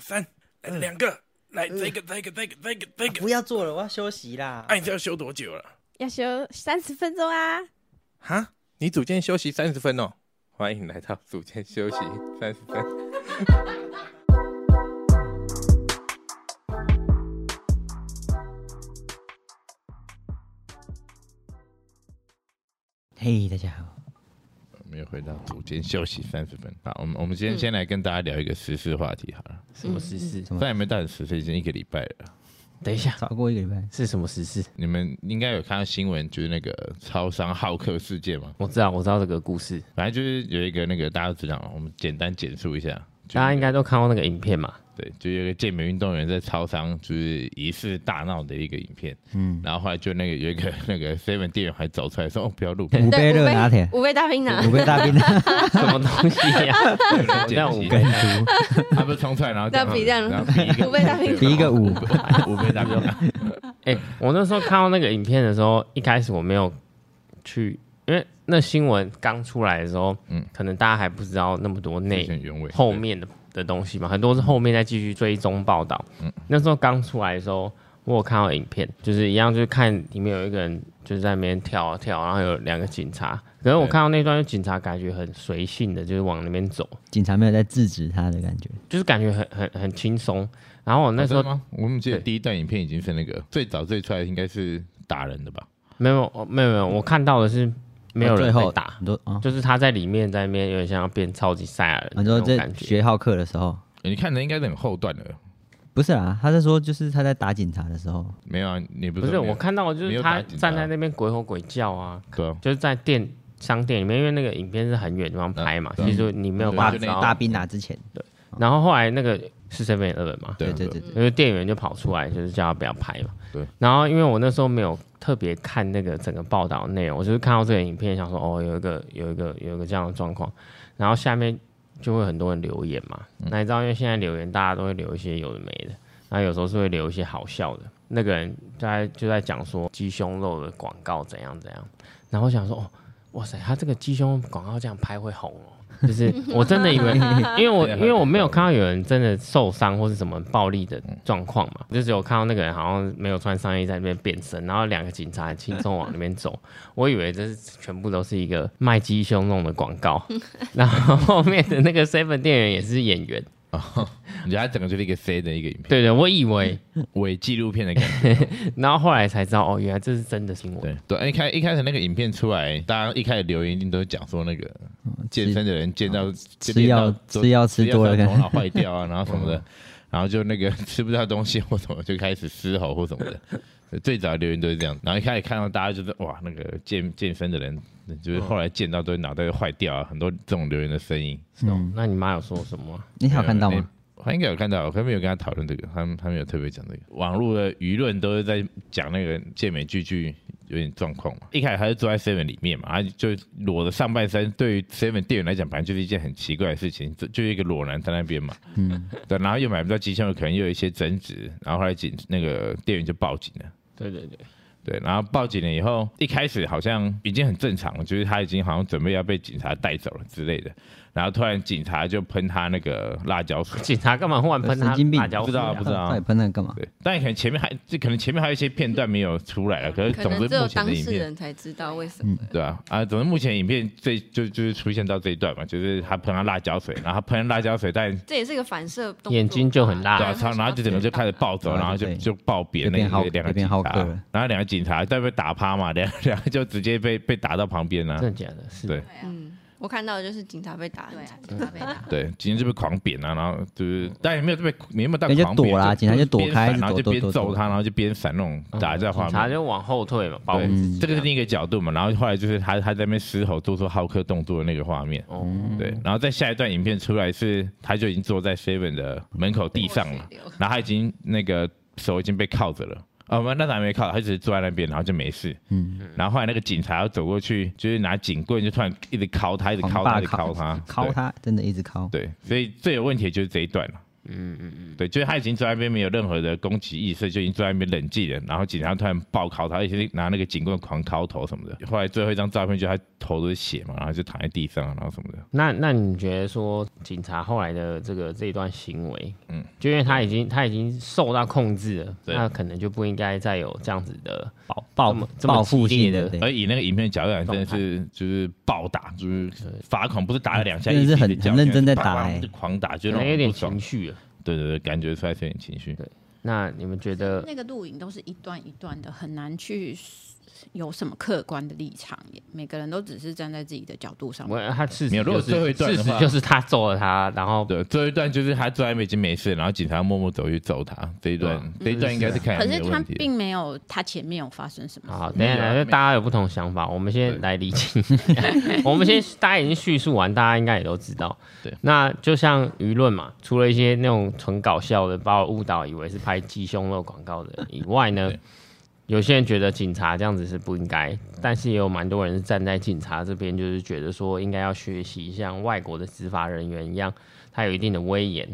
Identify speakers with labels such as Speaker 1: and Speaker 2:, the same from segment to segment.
Speaker 1: 三，来两个，来这个，这个，这个，这个，这个。
Speaker 2: 不要做了，我要休息啦。
Speaker 1: 哎，你这要休多久了？
Speaker 3: 要休三十分钟啊！
Speaker 1: 哈，你组间休息三十分哦。欢迎来到组间休息三十分。
Speaker 2: 嘿，大家好，
Speaker 1: 我们又回到组间休息三十分。好，我们我们今天
Speaker 3: 嗯
Speaker 1: 先来跟大家聊一个时事话题好了。
Speaker 4: 什么时事？
Speaker 2: 什么
Speaker 1: 虽？然你们到底时事已经一个礼拜了，
Speaker 4: 等一下，
Speaker 2: 超过一个礼拜，
Speaker 4: 是什么时事？
Speaker 1: 你们应该有看到新闻，就是那个超商好客事件嘛。
Speaker 4: 我知道，我知道这个故事，
Speaker 1: 反正就是有一个那个大家都知道，我们简单简述一下。
Speaker 4: 大家应该都看过那个影片嘛？
Speaker 1: 对，就有一个健美运动员在超商就是疑似大闹的一个影片，嗯，然后后来就那个有一个 那个 seven 店员还走出来说哦不要录，
Speaker 2: 五杯
Speaker 3: 对，
Speaker 2: 热 拿铁，
Speaker 3: 五杯大冰拿
Speaker 2: 五，杯大冰拿铁，
Speaker 4: 什么东西呀、
Speaker 1: 这样
Speaker 4: 五
Speaker 1: 跟读，他不是冲出来然后这
Speaker 3: 那比这样
Speaker 1: 然后比一个
Speaker 3: 五杯大冰拿
Speaker 2: 比一个五，
Speaker 1: 五倍大哥，
Speaker 4: 哎、我那时候看到那个影片的时候，一开始我没有去，因为那新闻刚出来的时候，
Speaker 1: 嗯
Speaker 4: 嗯，可能大家还不知道那么多
Speaker 1: 内
Speaker 4: 内
Speaker 1: 线原委
Speaker 4: 后面的的东西嘛，很多是后面再继续追踪报道。那时候刚出来的时候，我有看到影片，就是一样，就是看里面有一个人就是在那边跳啊跳，然后有两个警察。可是我
Speaker 1: 对
Speaker 4: 看到那段，就警察感觉很随性的，就是往那边走，
Speaker 2: 警察没有在制止他的感觉。
Speaker 4: 就是感觉很很很轻松。然后我那时候、
Speaker 1: 哦真的吗？我们记得
Speaker 4: 对
Speaker 1: 第一段影片已经是那个最早最出来应该是打人的吧？
Speaker 4: 没有哦没有没有，我看到的是没有
Speaker 1: 哦
Speaker 2: 最
Speaker 4: 人
Speaker 2: 后
Speaker 4: 被打，
Speaker 2: 很多啊，
Speaker 4: 就是他在里面在那边有点像要变超级赛亚
Speaker 1: 啊
Speaker 4: 人
Speaker 2: 很
Speaker 4: 那
Speaker 2: 多
Speaker 4: 种
Speaker 2: 在
Speaker 4: 感觉。
Speaker 2: 学浩克的时候，
Speaker 1: 你看的应该是很后段的，
Speaker 2: 不是啦，他在说就是他在打警察的时候，
Speaker 1: 没有啊？你不
Speaker 4: 不
Speaker 1: 是
Speaker 4: 是
Speaker 1: 没有
Speaker 4: 我看到的就
Speaker 1: 没
Speaker 4: 是
Speaker 1: 有打
Speaker 4: 他
Speaker 1: 警察
Speaker 4: 站在那边鬼吼鬼叫啊，
Speaker 1: 对啊，
Speaker 4: 就是在店商店里面，因为那个影片是很远的地方拍嘛，
Speaker 1: 嗯对
Speaker 4: 所以说你没有
Speaker 1: 对
Speaker 4: 办
Speaker 1: 就
Speaker 4: 法
Speaker 1: 那
Speaker 4: 知
Speaker 1: 一
Speaker 2: 大
Speaker 4: 道。
Speaker 2: 冰拿之前，
Speaker 4: 然后后来那个是 Seven Eleven 嘛，
Speaker 1: 对啊
Speaker 2: 对
Speaker 1: 啊
Speaker 2: 对对，
Speaker 4: 因为店员就跑出来，就是叫他不要拍嘛。
Speaker 1: 对。
Speaker 4: 然后因为我那时候没有特别看那个整个报道内容，我就是看到这个影片，想说哦，有一个有一个有一个这样的状况，然后下面就会很多人留言嘛。
Speaker 2: 嗯
Speaker 4: 那你知道，因为现在留言大家都会留一些有的没的，然后有时候是会留一些好笑的。那个人在就在讲说鸡胸肉的广告怎样怎样，然后我想说哦，哇塞，他这个鸡胸广告这样拍会红哦。就是我真的以为，因为我因为我没有看到有人真的受伤或是什么暴力的状况嘛，就只有看到那个人好像没有穿上衣在那边变身，然后两个警察很轻松往那边走，我以为这是全部都是一个卖鸡胸弄的广告， 然后后面的那个 seven 店员也是演员，
Speaker 1: 啊你觉得它整个就是一个 C 的一个影片，
Speaker 4: 对对，我以为，
Speaker 1: 伪纪录片的感觉。
Speaker 4: 然后后来才知道哦，原来这是真的新闻，
Speaker 1: 对对，一开一开始那个影片出来，大家一开始留言一定都讲说那个健身的人见到
Speaker 2: 嗯吃
Speaker 1: 见到
Speaker 2: 药吃药吃多了嗯
Speaker 1: 吃药头脑坏掉啊，然后什么的，然后就那个 吃不到东西或什么就开始嘶吼或什么的。 对最早留言都是这样，然后一开始看到大家就是哇，那个健健身的人，
Speaker 2: 嗯
Speaker 1: 就是后来见到都脑袋都坏掉啊，很多这种留言的声音。
Speaker 4: 是哦，那你妈有说什么啊？
Speaker 2: 嗯 你有看到
Speaker 1: 没有
Speaker 2: 吗？？
Speaker 1: 他应该有看到，可没有跟他讨论这个，他们他们有特别讲这个。网络的舆论都是在讲那个健美巨巨有点状况嘛。一开始他是坐在 Seven 里面嘛，他就裸着上半身，对于 Seven 店员来讲，反正就是一件很奇怪的事情，就就是一个裸男在那边嘛。嗯，对，然后又买不到鸡胸肉，可能又有一些争执，然后后来警那个店员就报警了。
Speaker 4: 对对对，
Speaker 1: 对，然后报警了以后，一开始好像已经很正常了，就是他已经好像准备要被警察带走了之类的，然后突然警察就喷他那个辣椒水，
Speaker 4: 警察干嘛忽然喷他
Speaker 2: 神经病
Speaker 4: 辣椒
Speaker 1: 不知
Speaker 4: 水
Speaker 1: 道
Speaker 4: 啊？
Speaker 1: 不知道啊
Speaker 2: 到底喷那个干嘛？
Speaker 1: 对，但可能前面还这可能前面还有一些片段没有出来了，可是
Speaker 5: 可
Speaker 1: 总
Speaker 5: 能只
Speaker 1: 之目
Speaker 5: 有
Speaker 1: 前的
Speaker 5: 当
Speaker 1: 影
Speaker 5: 事
Speaker 1: 片，
Speaker 5: 人才知道为什么。
Speaker 1: 对啊啊，总之目前影片最就就是出现到这一段嘛，就是他喷他辣椒水，然后他喷辣椒水，但
Speaker 5: 这也是一个反射动作吧，
Speaker 4: 眼睛就很辣
Speaker 1: 对啊，超然后就整个就开始暴走，
Speaker 2: 对
Speaker 1: 然后就
Speaker 2: 对
Speaker 1: 就暴扁
Speaker 2: 就
Speaker 1: 那
Speaker 2: 变
Speaker 1: 个
Speaker 2: 好
Speaker 1: 两个
Speaker 2: 就
Speaker 1: 警
Speaker 2: 变好客
Speaker 1: 察
Speaker 2: 了，
Speaker 1: 然后两个警察在被打趴嘛，两两个就直接被被打到旁边啊了、
Speaker 4: 真的假的？是
Speaker 1: 对
Speaker 5: 嗯，我看到的就是警察被打，
Speaker 3: 对啊，警察被 打，
Speaker 1: 对，警察就被狂扁啊，然后就是，但也没有被，也没有到
Speaker 2: 人家
Speaker 1: 狂扁，
Speaker 2: 躲啦警察就躲
Speaker 1: 边
Speaker 2: 开
Speaker 1: 闪
Speaker 2: 一直
Speaker 1: 然后
Speaker 2: 躲
Speaker 1: 就
Speaker 2: 躲
Speaker 1: 边
Speaker 2: 躲
Speaker 1: 揍
Speaker 2: 躲
Speaker 1: 他，然后就边闪那种打架画
Speaker 4: 哦嗯警察
Speaker 1: 面。
Speaker 4: 就往后退嘛，保护自
Speaker 1: 对，
Speaker 4: 己。啊
Speaker 1: 这个是另一个角度嘛。然后后来就是他他在那边嘶吼，做出浩克动作的那个画面。
Speaker 4: 哦，
Speaker 1: 对，嗯然后在下一段影片出来是，他就已经坐在 Seven 的门口地上了，然后他已经那个手已经被铐着了。哦，没有那时候还没铐，他只是坐在那边，然后就没事。嗯，然后后来那个警察要走过去，就是拿警棍，就突然一直敲他，一直敲
Speaker 2: 狂
Speaker 1: 他，
Speaker 2: 霸
Speaker 1: 一直敲他，
Speaker 2: 敲
Speaker 1: 对
Speaker 2: 他，真的一直敲。
Speaker 1: 对，所以最有问题的就是这一段了。嗯嗯嗯，对，就是他已经坐在那边没有任何的攻击意识，就已经坐在那边冷静了。然后警察突然暴敲他，一直拿那个警棍狂敲头什么的。后来最后一张照片就他头都是血嘛，然后就躺在地上，然后什么的。
Speaker 4: 那那你觉得说警察后来的这个这一段行为，嗯，就因为他已经他已经受到控制了，
Speaker 1: 对
Speaker 4: 那可能就不应该再有这样子的
Speaker 2: 报报
Speaker 4: 么这么
Speaker 2: 报复
Speaker 4: 激
Speaker 2: 性
Speaker 4: 烈的
Speaker 2: 的，对
Speaker 1: 而以那个影片角度来讲，真的是就是暴打，就是罚款，不是打了两下，
Speaker 2: 真的是
Speaker 1: 一直
Speaker 2: 很
Speaker 1: 一直叫
Speaker 2: 很认真在打
Speaker 1: 砰砰
Speaker 2: 欸
Speaker 1: 就狂打，就
Speaker 4: 可
Speaker 1: 那种
Speaker 4: 能有点
Speaker 1: 不爽
Speaker 4: 情绪了。
Speaker 1: 对对对，感觉出来是有点情绪。
Speaker 4: 那你们觉得
Speaker 6: 那个录影都是一段一段的，很难去有什么客观的立场耶。每个人都只是站在自己的角度上
Speaker 4: 我
Speaker 6: 面。
Speaker 4: 他事实
Speaker 1: 没有如果
Speaker 4: 就是
Speaker 1: 最后一段的
Speaker 4: 事实
Speaker 1: 话
Speaker 4: 就是他揍了他，然后
Speaker 1: 对，最后一段就是他坐在那边已经没事，然后警察默默走去揍他。这一
Speaker 2: 嗯
Speaker 1: 段，这一段应该是看
Speaker 6: 可
Speaker 1: 起来没
Speaker 6: 是
Speaker 1: 有
Speaker 6: 他
Speaker 1: 问题的。
Speaker 6: 并没有，他前面有发生什么事。
Speaker 4: 好，等一下，
Speaker 1: 没有啊
Speaker 4: 等一下大家有不同想法，我们先来理清。 我们先，大家已经叙述完，大家应该也都知道。
Speaker 1: 对，
Speaker 4: 那就像舆论嘛，除了一些那种纯搞笑的，把我误导以为是拍鸡胸肉广告的以外呢
Speaker 1: 对，
Speaker 4: 有些人觉得警察这样子是不应该，但是也有蛮多人是站在警察这边，就是觉得说应该要学习像外国的执法人员一样，他有一定的威严。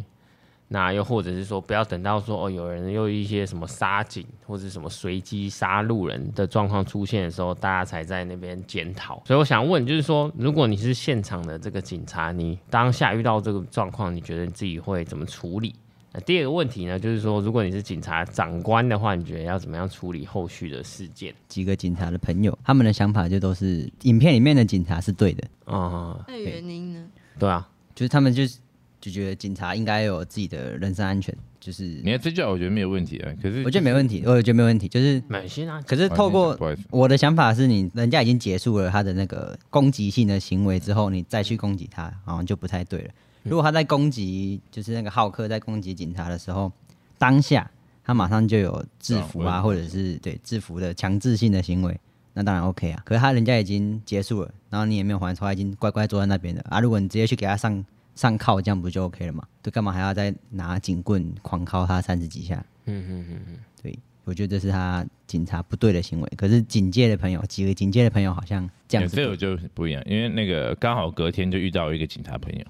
Speaker 4: 那又或者是说，不要等到说哦，有人又一些什么杀警或者什么随机杀路人的状况出现的时候，大家才在那边检讨。所以我想问，就是说，如果你是现场的这个警察，你当下遇到这个状况，你觉得你自己会怎么处理？那第二个问题呢，就是说，如果你是警察长官的话，你觉得要怎么样处理后续的事件？
Speaker 2: 几个警察的朋友，他们的想法就都是影片里面的警察是对的，
Speaker 4: 啊、
Speaker 5: 那原因呢？
Speaker 4: 对啊，
Speaker 2: 就是他们就是就觉得警察应该有自己的人身安全，就是
Speaker 1: 你看这句话，我觉得没有问题啊。可是
Speaker 2: 我觉得没问题，我觉得没问题，就是
Speaker 4: 满心 啊，
Speaker 2: 可是透过
Speaker 1: 不好意思
Speaker 2: 我的想法是你人家已经结束了他的那个攻击性的行为之后，你再去攻击他，好像就不太对了。
Speaker 1: 嗯
Speaker 2: 如果他在攻击，就是那个浩克在攻击警察的时候，当下他马上就有制服
Speaker 1: 啊
Speaker 2: 啊，或者是对制服的强制性的行为，那当然 OK 啊。可是他人家已经结束了，然后你也没有还手，他已经乖乖坐在那边了啊。如果你直接去给他上上铐，这样不就 OK 了吗？对，干嘛还要再拿警棍狂铐他三十几下？
Speaker 4: 嗯
Speaker 2: 对，我觉得这是他警察不对的行为。可是警戒的朋友，几个警戒的朋友好像这
Speaker 1: 嗯
Speaker 2: 样子
Speaker 1: 这个就不一样，因为那个刚好隔天就遇到一个警察朋友，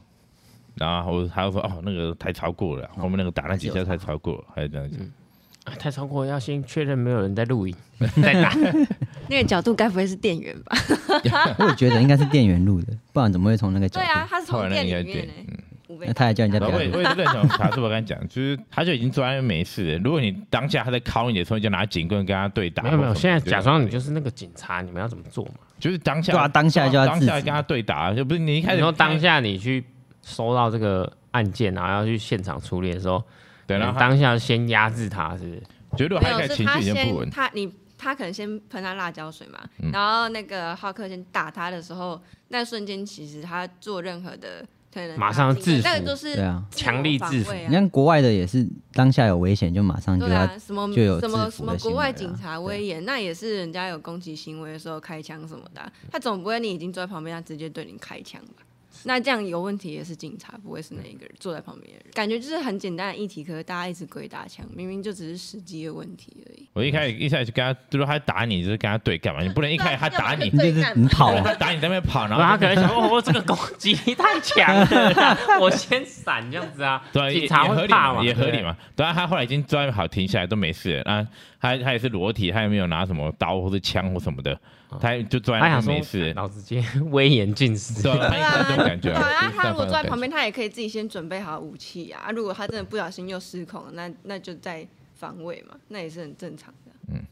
Speaker 1: 然后我他就说哦，那个太超过了，
Speaker 2: 哦
Speaker 1: 后面那个打那几下太超过了，还有这样讲。
Speaker 4: 啊太超过要先确认没有人在录影，
Speaker 5: 那个角度该不会是店员吧？
Speaker 2: 我觉得应该是店员录的，不然怎么会从那个角
Speaker 5: 对
Speaker 2: 度？
Speaker 5: 啊，他是
Speaker 1: 后来
Speaker 5: 从
Speaker 1: 那
Speaker 5: 店
Speaker 1: 应该
Speaker 5: 里
Speaker 1: 点
Speaker 5: 面欸呢，
Speaker 1: 嗯
Speaker 5: 五倍
Speaker 2: 那他还叫人家
Speaker 1: 然
Speaker 2: 不
Speaker 1: 后
Speaker 2: 要
Speaker 1: 我也
Speaker 4: 啊
Speaker 2: 录
Speaker 1: 我也是认同查士伯刚才讲， 就是他就已经坐在那边没事了。如果你当下他在敲你的时候，你就拿警棍跟他对打。
Speaker 4: 没有没有，
Speaker 1: 或什么
Speaker 4: 现在
Speaker 1: 就是
Speaker 4: 假装你就是那个警察，你们要怎么做嘛？
Speaker 1: 就是当下，
Speaker 2: 对啊当下就要
Speaker 1: 当
Speaker 2: 制
Speaker 1: 下
Speaker 2: 止
Speaker 1: 跟他对打，就不是你一开
Speaker 4: 你
Speaker 1: 始
Speaker 4: 说当下你去收到这个案件，然后要去现场处理的时候，
Speaker 1: 对，然后
Speaker 4: 你
Speaker 1: 他
Speaker 4: 当下先压制他，是不是？
Speaker 1: 觉得
Speaker 5: 没
Speaker 1: 他应
Speaker 5: 有
Speaker 1: 该
Speaker 5: 是
Speaker 1: 情绪
Speaker 5: 他
Speaker 1: 已经不
Speaker 5: 先
Speaker 1: 稳，
Speaker 5: 他你他可能先喷他辣椒水嘛，然后那个浩克先打他的时候，那瞬间其实他做任何的可能
Speaker 4: 马上
Speaker 5: 打进来
Speaker 4: 制服
Speaker 5: 那个就是
Speaker 2: 对啊，
Speaker 4: 强力制服
Speaker 5: 自我防卫
Speaker 2: 你
Speaker 5: 啊。
Speaker 2: 看国外的也是当下有危险就马上就
Speaker 5: 对
Speaker 2: 要，
Speaker 5: 啊，什么
Speaker 2: 就有
Speaker 5: 什
Speaker 2: 制
Speaker 5: 么
Speaker 2: 服
Speaker 5: 什
Speaker 2: 的
Speaker 5: 么
Speaker 2: 行
Speaker 5: 国
Speaker 2: 为
Speaker 5: 外
Speaker 2: 啊
Speaker 5: 警察
Speaker 2: 对
Speaker 5: 威严，那也是人家有攻击行为的时候开枪什么的啊、他总不会你已经坐在旁边，他直接对你开枪吧？那这样有问题也是警察，不会是那一个人坐在旁边的人。感觉就是很简单的议题，可是大家一直鬼打墙，明明就只是时机的问题而已。
Speaker 1: 我一开始一开始就跟他，就是他打你，就是跟他对干嘛？你不能一开始他打你，
Speaker 2: 你就是你跑
Speaker 1: 对
Speaker 2: 啊，
Speaker 1: 他打你在那边跑，然
Speaker 4: 然
Speaker 1: 后
Speaker 4: 后他可能 想说，哦，这个攻击太强了 啦，我先闪这样子啊。
Speaker 1: 对啊，也
Speaker 4: 警察
Speaker 1: 也合
Speaker 4: 会
Speaker 1: 理
Speaker 4: 怕
Speaker 1: 嘛，也合理。嘛。当然，他后来已经专业好停下来都没事了。那他他也是裸体，他也没有拿什么刀或者枪或什么的，他就专
Speaker 4: 对
Speaker 1: 业
Speaker 4: 哦他想
Speaker 1: 没事
Speaker 4: 说，。老子今天威严尽失
Speaker 1: 对。 啊，他
Speaker 5: 对
Speaker 1: 也是
Speaker 5: 啊，
Speaker 1: 这种感觉
Speaker 5: 对
Speaker 1: 啊。
Speaker 5: 啊，
Speaker 1: 就是
Speaker 5: 他如果
Speaker 1: 这种
Speaker 5: 坐在
Speaker 1: 感觉
Speaker 5: 旁边，他也可以自己先准备好武器啊。啊如果他真的不小心又失控了，那那就在防卫嘛，那也是很正常的。嗯，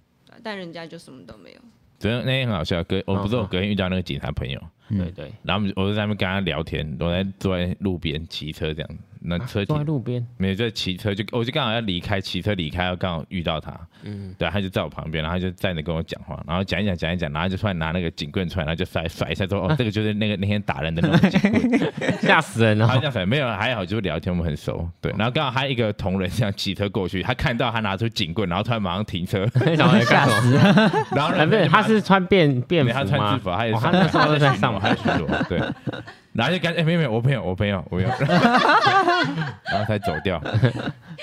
Speaker 5: 但人家就什么都没有。
Speaker 1: 昨天那天很好笑，隔我
Speaker 4: 嗯
Speaker 1: 不是我
Speaker 4: 嗯
Speaker 1: 隔天遇到那个警察朋友，
Speaker 4: 对对，
Speaker 1: 然后我们我就在那边跟他聊天，我在坐在路边骑车这样，那车
Speaker 4: 坐
Speaker 1: 停
Speaker 4: 在路边，
Speaker 1: 没有在骑车，就我就刚好要离开，骑车离开，刚好遇到他，嗯，对，他就在我旁边，然后他就站着跟我讲话，然后讲一讲讲一讲，然后就突然拿那个警棍出来，然后就甩甩一下说，哦，这个就是那个那天打人的那种警棍，
Speaker 4: 吓死人啊
Speaker 1: 他
Speaker 4: 了
Speaker 1: 这。样甩，没有还好，就是聊天我们很熟，对，然后刚好他一个同仁这样骑车过去，他看到他拿出警棍，然后突然马上停车，
Speaker 4: 那小孩干什么？
Speaker 1: 然后
Speaker 4: 哎，不是，他是穿便便
Speaker 1: 没
Speaker 4: 服
Speaker 1: 有他
Speaker 4: 吗？
Speaker 1: 穿制服，啊他也
Speaker 4: 哦
Speaker 1: 是
Speaker 4: 他那时候在上
Speaker 1: 还
Speaker 4: 班
Speaker 1: 有。巡逻， 对， 然后就感觉哎没有没有，我朋友我朋友我朋友，然后才走掉。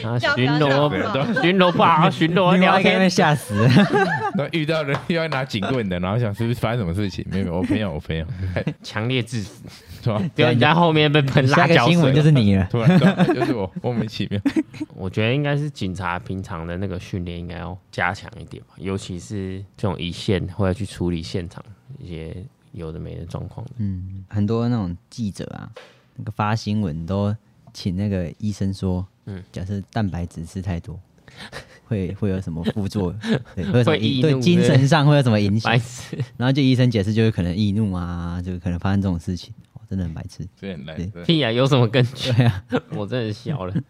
Speaker 4: 然后
Speaker 5: 叫
Speaker 4: 啊巡
Speaker 5: 不要吓
Speaker 4: 逻
Speaker 1: 对啊
Speaker 4: 巡逻不好，巡逻
Speaker 2: 另
Speaker 4: 聊
Speaker 2: 外一个
Speaker 4: 天
Speaker 2: 被吓死，
Speaker 1: 那遇到人又要拿警棍的，然后想是不是发生什么事情？没有，没有我朋友，我朋友，
Speaker 4: 强烈制服，
Speaker 1: 突然
Speaker 4: 结果你在后面被喷
Speaker 2: 下
Speaker 4: 辣
Speaker 2: 个
Speaker 4: 椒
Speaker 2: 新闻就
Speaker 4: 水。
Speaker 2: 是你了。
Speaker 1: 突然突然就是我莫名其 妙。
Speaker 4: 我觉得应该是警察平常的那个训练应该要加强一点吧，尤其是这种一线或者去处理现场一些有的没的状况的。
Speaker 2: 嗯，很多那种记者啊，那个发新闻都请那个医生说，嗯，假设蛋白质吃太多， 会会有什么副作用？对，会有什么
Speaker 4: 会易
Speaker 2: 影
Speaker 4: 怒
Speaker 2: 对精神上会有什么影响
Speaker 4: 白？痴，
Speaker 2: 然后就医生解释，就是可能易怒啊，就可能发生这种事情，哦、真的很白痴。
Speaker 1: 真的很烂，真的
Speaker 4: 屁呀、有什么根据？
Speaker 2: 对啊，
Speaker 4: 我真的笑了。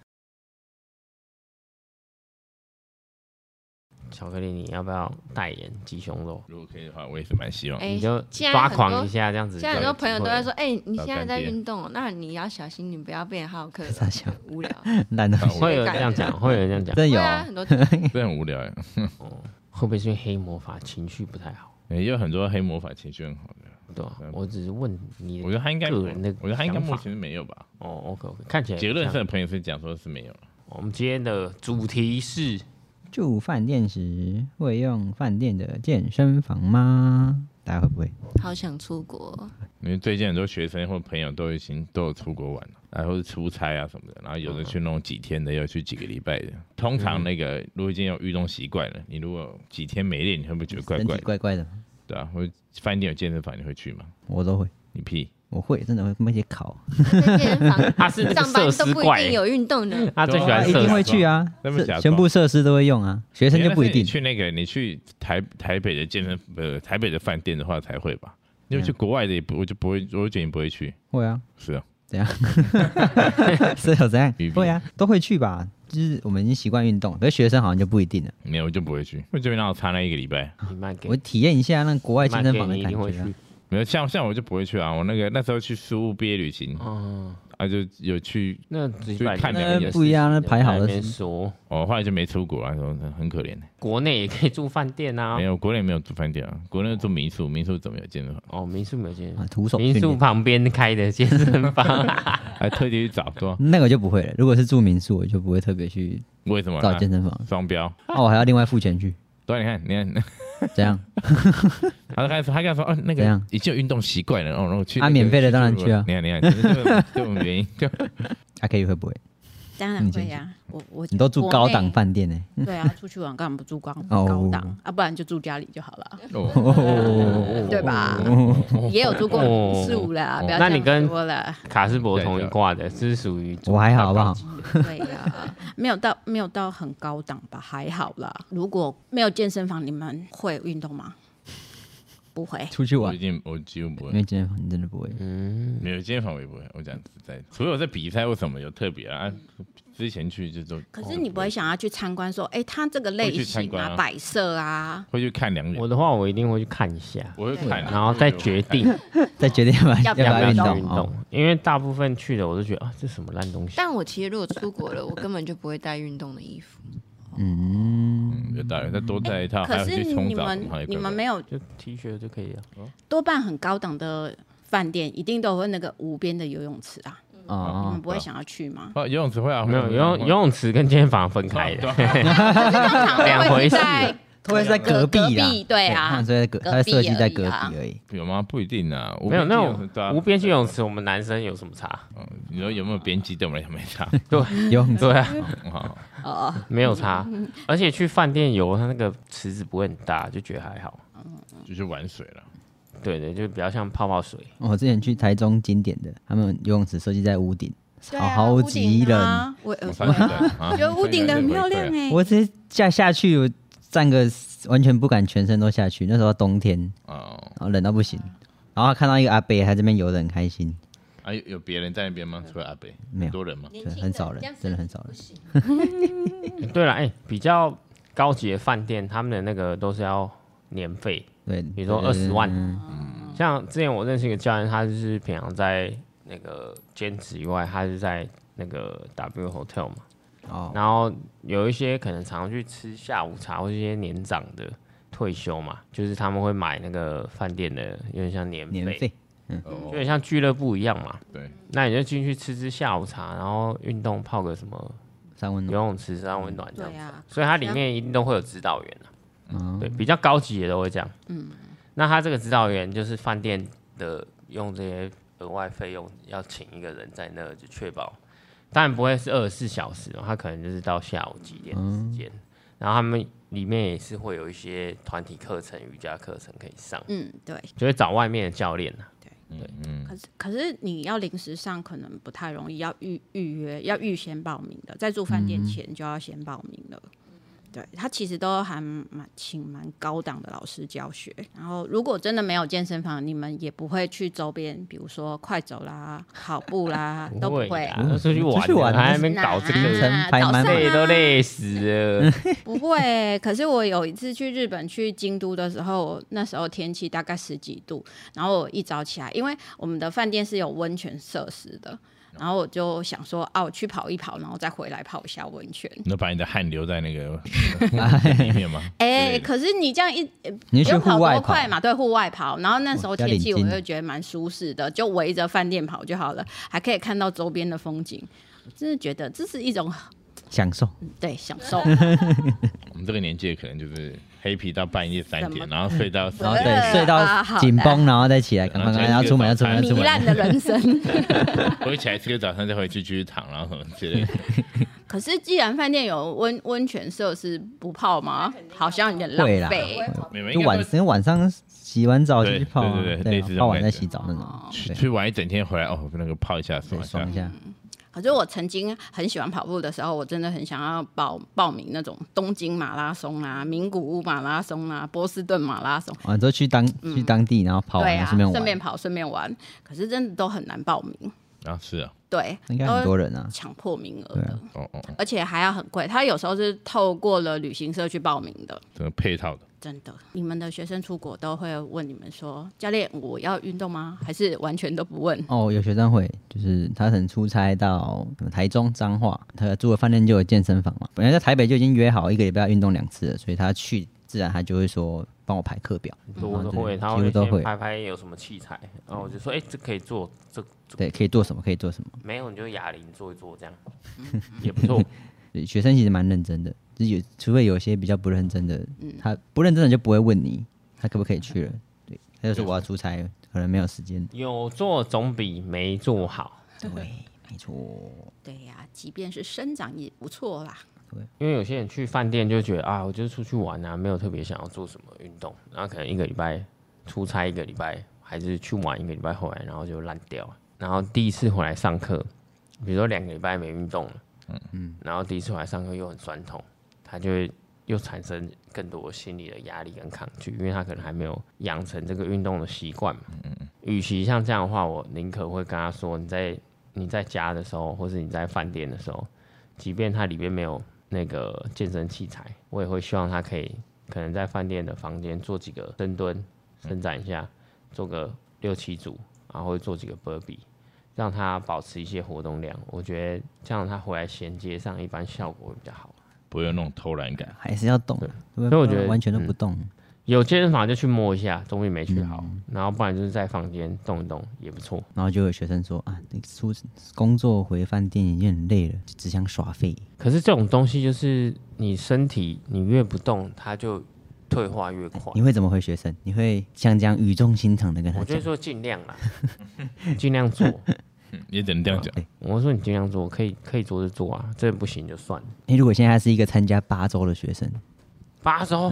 Speaker 4: 巧克力，你要不要代言鸡胸肉？
Speaker 1: 如果可以的话，我也是蛮希望。
Speaker 5: 哎
Speaker 4: 你就
Speaker 5: 现在
Speaker 4: 抓
Speaker 5: 很
Speaker 4: 狂
Speaker 5: 多
Speaker 4: 一下，这样子。
Speaker 5: 现在很多朋友都在说，，哎、你
Speaker 1: 老
Speaker 5: 现在
Speaker 1: 干
Speaker 5: 在
Speaker 1: 爹
Speaker 5: 运动哦，那你要小心，你不要变好客哦，
Speaker 2: 傻笑
Speaker 5: 很无聊。
Speaker 2: 烂到不行
Speaker 4: 会有人这 样讲，会有人这样
Speaker 2: 真的
Speaker 4: 讲，
Speaker 5: 对
Speaker 2: 有
Speaker 5: 啊，
Speaker 2: 啊，
Speaker 5: 很多
Speaker 1: 这很无聊欸呀。
Speaker 4: 会不会是因为黑魔法情绪不太好？
Speaker 1: 也有很多黑魔法情绪很好的，
Speaker 4: 对吧、我只是问你
Speaker 1: 我觉得他应该，
Speaker 4: 个人的
Speaker 1: 我觉得他应该
Speaker 4: 想法
Speaker 1: 目前是没有吧。
Speaker 4: 哦，OK OK，看起来
Speaker 1: 结论
Speaker 4: 像
Speaker 1: 上的朋友是讲说是没有，
Speaker 4: 我们今天的主题是
Speaker 2: 住饭店时会用饭店的健身房吗？大家会不会？
Speaker 5: 好想出国，
Speaker 1: 因为最近很多学生或朋友都已经都有出国玩了，然后是出差啊什么的，然后有
Speaker 2: 嗯
Speaker 1: 的去弄几天的，有去几个礼拜的。通常那个
Speaker 2: 嗯
Speaker 1: 如果已经有运动习惯了，你如果几天没练，你会不会觉得怪
Speaker 2: 身
Speaker 1: 怪
Speaker 2: 体
Speaker 1: 的？
Speaker 2: 怪怪的，
Speaker 1: 对啊，或者饭店有健身房，你会去吗？
Speaker 2: 我都会，
Speaker 1: 你屁！
Speaker 2: 我会真的会那些考，
Speaker 5: 在健身房
Speaker 4: 他是那个
Speaker 5: 上班
Speaker 4: 设
Speaker 5: 都
Speaker 4: 施
Speaker 5: 不
Speaker 4: 怪
Speaker 5: 一定有运动 呢。
Speaker 4: 他最喜欢
Speaker 2: 一
Speaker 4: 设
Speaker 2: 定会
Speaker 4: 施，
Speaker 2: 去啊，
Speaker 1: 那么假装
Speaker 2: 全部设施都会用啊，学生就不一
Speaker 1: 你
Speaker 2: 定。
Speaker 1: 去那个，你去台台北的健身呃台北的饭店的话才会吧？因为去国外的也不，我就不会，我就觉得你不会去。
Speaker 2: 会啊，
Speaker 1: 是啊，
Speaker 2: 是有怎样
Speaker 1: 鱼？饼
Speaker 2: 会啊，都会去吧。就是我们已经习惯运动，可是学生好像就不一定了。
Speaker 1: 没有我就不会去，我这边让我差那一个礼拜。
Speaker 4: 你卖给
Speaker 2: 我体验一下那国外
Speaker 4: 卖
Speaker 2: 健身
Speaker 4: 给
Speaker 2: 房的
Speaker 4: 你一
Speaker 2: 感
Speaker 4: 定会
Speaker 2: 觉、啊
Speaker 4: 去。。
Speaker 1: 没有，像像我就不会去啊。我那个那时候去苏毕业旅行，
Speaker 2: 哦
Speaker 4: 嗯，
Speaker 1: 啊，就有去，
Speaker 4: 那只摆
Speaker 1: 看
Speaker 4: 明
Speaker 1: 两个
Speaker 4: 也是
Speaker 2: 不一样那排好的
Speaker 4: 在那边
Speaker 2: 是
Speaker 4: 说，
Speaker 1: 哦，后来就没出国啊，说很可怜、
Speaker 4: 国内也可以住饭店啊
Speaker 1: 没。有，国内没有住饭店啊，国内住民宿，民宿怎么有健身 房？
Speaker 4: 哦，民宿没有健身
Speaker 2: 啊
Speaker 4: 房，，
Speaker 2: 徒手训
Speaker 4: 民宿
Speaker 2: 练
Speaker 4: 旁边开的健身房，
Speaker 2: 哦
Speaker 1: 还特地去找，对吧、
Speaker 2: 那个就不会了。如果是住民宿，我就不会特别去
Speaker 1: 为什么、
Speaker 2: 找
Speaker 1: 啊？
Speaker 2: 健身房，
Speaker 1: 双标。
Speaker 2: 那、我还要另外付钱去，
Speaker 1: 对啊，你看，你 看，
Speaker 2: 怎样？
Speaker 1: 他开始他刚说，哦，那
Speaker 2: 怎
Speaker 1: 个
Speaker 2: 样
Speaker 1: 已经有运动习惯了，哦，然后去
Speaker 2: 啊
Speaker 1: 那个
Speaker 2: 免费的当然去啊
Speaker 1: 你看，你看，就是这种这种原因，就
Speaker 2: 阿 K 会不会？
Speaker 6: 当然会呀、我我
Speaker 2: 嗯你都住高档
Speaker 6: 国
Speaker 2: 饭店呢、
Speaker 6: 内，对啊，出去玩干嘛不住高
Speaker 2: 哦
Speaker 6: 高档啊？不然就住家里就好 了，
Speaker 1: 哦，
Speaker 6: 对吧？ 也有住过民宿
Speaker 1: 哦
Speaker 6: 啦，不要
Speaker 4: 那你
Speaker 6: 这样
Speaker 4: 跟
Speaker 6: 说了。
Speaker 4: 卡斯伯同一挂的，这是属于
Speaker 2: 我还好好不
Speaker 1: 哦
Speaker 2: 好？
Speaker 6: 对呀、没有到没有到很高档吧，还好啦。如果没有健身房，你们会运动吗？不会，
Speaker 2: 出去
Speaker 1: 我
Speaker 2: 玩
Speaker 1: 已，经我几乎不
Speaker 2: 因为
Speaker 1: 会，
Speaker 2: 健身房你真的不会。
Speaker 4: 嗯，
Speaker 1: 没有健身房我也不会，我讲实在的，除非我在比赛或什么有特别啊，啊之前去就都。
Speaker 6: 可是你不会想要去参观说，哎，它这个
Speaker 1: 哦会去
Speaker 6: 类
Speaker 1: 参
Speaker 6: 型
Speaker 1: 观啊
Speaker 6: 啊、摆设啊，
Speaker 1: 会去看两眼，
Speaker 4: 我的话我一定会去看一下，
Speaker 1: 我会看，
Speaker 4: 然后再决定
Speaker 2: 再决定要不要
Speaker 6: 要
Speaker 2: 要
Speaker 6: 不
Speaker 2: 不
Speaker 6: 要
Speaker 4: 要不要
Speaker 2: 运
Speaker 4: 去
Speaker 2: 动
Speaker 4: 运
Speaker 2: 哦。
Speaker 4: 动，因为大部分去的我都觉得啊，这什么烂东西。
Speaker 5: 但我其实如果出国了，我根本就不会带运动的衣服。
Speaker 2: 嗯，
Speaker 1: 有道理，再多带一套，啊还
Speaker 6: 可
Speaker 1: 有
Speaker 6: 是
Speaker 1: 去冲
Speaker 6: 你
Speaker 1: 澡，
Speaker 6: 们你们没有
Speaker 4: 就 T 恤就可以了。
Speaker 6: 多半很高档的饭店，一定都会那个无边的游泳池啊，
Speaker 2: 哦
Speaker 6: 你们
Speaker 2: 哦，
Speaker 6: 不会想要 去吗？
Speaker 1: 哦，游泳池会啊，
Speaker 4: 没有游泳游泳池跟健身房分开 的，
Speaker 6: 通常
Speaker 4: 两
Speaker 6: 都
Speaker 4: 回
Speaker 6: 会
Speaker 4: 事
Speaker 6: 是在
Speaker 2: 都会是在隔壁啦，
Speaker 6: 隔壁对啊
Speaker 2: 他们在隔，
Speaker 6: 隔壁
Speaker 2: 他的设计在隔壁
Speaker 6: 而已啊
Speaker 2: 而已。
Speaker 1: 有吗？不一定啊，无
Speaker 4: 没有
Speaker 1: 边际
Speaker 4: 那
Speaker 1: 泳池对啊
Speaker 4: 种无边际游泳池，我们男生有什么差？
Speaker 1: 嗯你说有没有边际对我们来讲没 差？
Speaker 2: 游泳池
Speaker 4: 对啊，
Speaker 1: 嗯好，
Speaker 6: 哦，
Speaker 4: 没有差。而且去饭店游，它那个池子不会很大，就觉得还好。
Speaker 1: 就是玩水了。
Speaker 4: 对对，就比较像泡泡水。
Speaker 2: 我之前去台中经典的，他们游泳池设计在屋顶，
Speaker 6: 对
Speaker 2: 超
Speaker 6: 啊
Speaker 2: 好
Speaker 6: 屋
Speaker 2: 级
Speaker 6: 顶
Speaker 2: 冷。
Speaker 6: 啊，我
Speaker 1: 我
Speaker 6: 我
Speaker 1: 发现的啊
Speaker 6: 我觉得屋顶的很漂亮哎，
Speaker 2: 我直接下下去，我站个完全不敢全身都下去。那时候冬天，
Speaker 6: 欸
Speaker 1: 哦，
Speaker 2: 然后冷到不
Speaker 6: 嗯
Speaker 2: 行，然后看到一个阿伯还在那边游的很开心，
Speaker 1: 啊，有有别人在那边吗？
Speaker 6: 嗯
Speaker 1: 除了阿北，
Speaker 2: 没有
Speaker 1: 多人吗？
Speaker 5: 年
Speaker 2: 对，
Speaker 5: 轻
Speaker 2: 很少
Speaker 5: 这样
Speaker 2: 人，
Speaker 5: 子
Speaker 2: 真的很少人。
Speaker 1: 嗯
Speaker 4: 对了，哎，比较高级的饭店，他们的那个都是要年费，
Speaker 2: 对，
Speaker 4: 比如说
Speaker 2: 对
Speaker 4: 20万
Speaker 2: 嗯
Speaker 4: 像之前我认识一个教练，他就是平常在那个兼职以外，他是在那个 W Hotel 嘛，
Speaker 2: 哦，
Speaker 4: 然后有一些可能常常去吃下午茶，或是一些年长的退休嘛，就是他们会买那个饭店的，有点像年
Speaker 2: 年
Speaker 4: 费，
Speaker 2: 费
Speaker 4: 有
Speaker 6: 嗯
Speaker 1: 哦，
Speaker 4: 点像俱乐部一样嘛。
Speaker 1: 对，
Speaker 4: 那你就进去吃吃下午茶，然后运动泡个什么
Speaker 2: 三温
Speaker 4: 游
Speaker 2: 暖。
Speaker 4: 泳池是让温暖这样
Speaker 6: 对
Speaker 4: 子，
Speaker 6: 啊，
Speaker 4: 所以它里面一定都会有指导员啊。
Speaker 2: 嗯，
Speaker 4: 对，比较高级的都会这样。嗯，那他这个指导员就是饭店的用这些额外费用要请一个人在那儿，就确保，当然不会是二十四小时哦、他可能就是到下午几点的时间。然后他们里面也是会有一些团体课程、瑜伽课程可以上，
Speaker 6: 嗯，对。
Speaker 4: 就会找外面的教练啊。
Speaker 6: 可是可是你要临时上，可能不太容易，要预预约，要预先报名的，在住饭店前就要先报名了。对他其实都还蛮请蛮高档的老师教学，然后如果真的没有健身房，你们也不会去周边，比如说快走啦、跑步啦，都不
Speaker 4: 会
Speaker 6: 会
Speaker 4: 啊，。都出去玩
Speaker 2: 出去玩
Speaker 4: 了， 还在那边
Speaker 6: 哪
Speaker 4: 搞这
Speaker 2: 凌
Speaker 4: 个，
Speaker 2: 晨排
Speaker 6: 早
Speaker 2: 满
Speaker 6: 上
Speaker 4: 累
Speaker 6: 啊
Speaker 4: 都累死了。
Speaker 6: 不会，欸可是我有一次去日本去京都的时候，那时候天气大概十几度，然后我一早起来，因为我们的饭店是有温泉设施的，然后我就想说，啊，我去跑一跑，然后再回来泡一下温泉。
Speaker 1: 能把你的汗留在那 个里面吗？
Speaker 6: 哎、
Speaker 1: 对
Speaker 6: 可是你这样一
Speaker 2: 你是去
Speaker 6: 有跑
Speaker 2: 户外
Speaker 6: 多
Speaker 2: 跑
Speaker 6: 快嘛？对，户外跑，然后那时候
Speaker 2: 哇加
Speaker 6: 天气
Speaker 2: 领
Speaker 6: 我
Speaker 2: 巾
Speaker 6: 就觉得蛮舒适的，就围着饭店跑就好了，还可以看到周边的风景。我真的觉得这是一种
Speaker 2: 享受，
Speaker 6: 对享 受，
Speaker 1: 我们这个年纪可能就是黑皮到半夜三
Speaker 6: 怎么
Speaker 1: 点，然后睡 到
Speaker 2: 然后对
Speaker 6: 对
Speaker 2: 睡
Speaker 6: 啊
Speaker 2: 到
Speaker 6: 好的
Speaker 2: 紧绷，然后再起来，
Speaker 1: 对
Speaker 2: 赶
Speaker 4: 啊
Speaker 2: 快赶快，
Speaker 1: 然
Speaker 2: 然
Speaker 1: 后
Speaker 2: 后
Speaker 1: 再
Speaker 2: 出门要出门要
Speaker 1: 去
Speaker 2: 出
Speaker 6: 糜
Speaker 2: 门，
Speaker 6: 烂的人生。
Speaker 1: 我一起来吃个早餐，再回去继续躺，然后什么之类的。
Speaker 6: 可是既然饭店有温温泉设施，不泡吗？好像有点浪
Speaker 2: 会啦
Speaker 6: 费。
Speaker 1: 你们
Speaker 2: 就
Speaker 1: 应
Speaker 2: 晚
Speaker 1: 该
Speaker 2: 因为晚上洗完澡就
Speaker 1: 对
Speaker 2: 去泡啊，
Speaker 1: 对对对
Speaker 2: 对
Speaker 1: 类
Speaker 2: 啊
Speaker 1: 似这，种
Speaker 2: 泡完再
Speaker 1: 感觉
Speaker 2: 洗澡那种，
Speaker 6: 哦
Speaker 1: 去
Speaker 2: 对
Speaker 1: 去玩一整天回来，哦，那个泡一下，爽
Speaker 2: 对，
Speaker 1: 一下
Speaker 2: 爽一。下。
Speaker 6: 可是我曾经很喜欢跑步的时候，我真的很想要报报名那种东京马拉松啦、名古屋马拉松啦、波士顿马拉松。
Speaker 2: 啊，之后去当去当地，然后跑
Speaker 6: 对
Speaker 2: 完
Speaker 6: 啊，
Speaker 2: 了顺便
Speaker 6: 顺便
Speaker 2: 玩，
Speaker 6: 跑，顺便玩。可是真的都很难报名，
Speaker 1: 啊，是啊，
Speaker 6: 对，
Speaker 2: 应该很
Speaker 6: 都
Speaker 2: 多人啊，
Speaker 6: 抢破名额
Speaker 2: 对
Speaker 6: 的
Speaker 2: 啊，
Speaker 1: 哦哦，哦
Speaker 6: 而且还要很贵。他有时候是透过了旅行社去报名的。
Speaker 1: 整个配套的。
Speaker 6: 真的，你们的学生出国都会问你们说：“教练，我要运动吗？”还是完全都不问？
Speaker 2: 哦，有学生会，就是他可能出差到什么台中彰化，他住的饭店就有健身房嘛。本来在台北就已经约好一个礼拜要运动两次了，所以他去自然他就会说帮我排课表，
Speaker 4: 我
Speaker 2: 啊
Speaker 4: 都
Speaker 2: 对
Speaker 4: 会，他
Speaker 2: 几乎
Speaker 4: 会
Speaker 2: 都
Speaker 4: 先
Speaker 2: 会
Speaker 4: 拍拍有什么器材，然后我就说，哎，这可以做，这
Speaker 2: 对，可以做什么可以做什么。
Speaker 4: 没有，你就哑铃做一做这样， 也不错。
Speaker 2: 对学生其实蛮认真的，就是有除非有些比较不认真的，他不认真的就不会问你他可不可以去了，对，他就说我要出差，可能没有时间。
Speaker 4: 有做总比没做好，
Speaker 2: 对，没错，
Speaker 6: 对呀、即便是生长也不错啦。
Speaker 4: 因为有些人去饭店就觉得啊，我就是出去玩啊，没有特别想要做什么运动，然后可能一个礼拜出差一个礼拜，还是去玩一个礼拜回来，然后就烂掉了。然后第一次回来上课，比如说两个礼拜没运动了，嗯嗯，然后第一次回来上课又很酸痛，他就会又产生更多心理的压力跟抗拒，因为他可能还没有养成这个运动的习惯嘛。与其像这样的话，我宁可会跟他说，你在你在家的时候，或是你在饭店的时候，即便它里边没有那个健身器材，我也会希望他可以可能在饭店的房间做几个深蹲，伸展一下，做个六七组，然后做几个 burpee，让他保持一些活动量。我觉得这样他回来衔接上一般效果会比较好。
Speaker 1: 不会有那种偷懒感，
Speaker 2: 还是要动啊，所
Speaker 4: 所以我觉得
Speaker 2: 完全都
Speaker 4: 嗯
Speaker 2: 不动。
Speaker 4: 有健身房就去摸一下，总比没去好。然后不然就是在房间动一动也不错。
Speaker 2: 然后就有学生说啊，你出工作回饭店已经很累了，只想耍废。
Speaker 4: 可是这种东西就是你身体你越不动，它就退化越快。
Speaker 2: 你会怎么回学生？你会像这样语重心长的跟他
Speaker 4: 我就
Speaker 2: 讲
Speaker 4: 是，说尽量啦，尽量做。
Speaker 1: 嗯也只能这样讲。
Speaker 4: 我说你尽量做，可以可以做就做啊，这不行就算了。
Speaker 2: 哎、如果现在他是一个参加八周的学生，
Speaker 4: 八周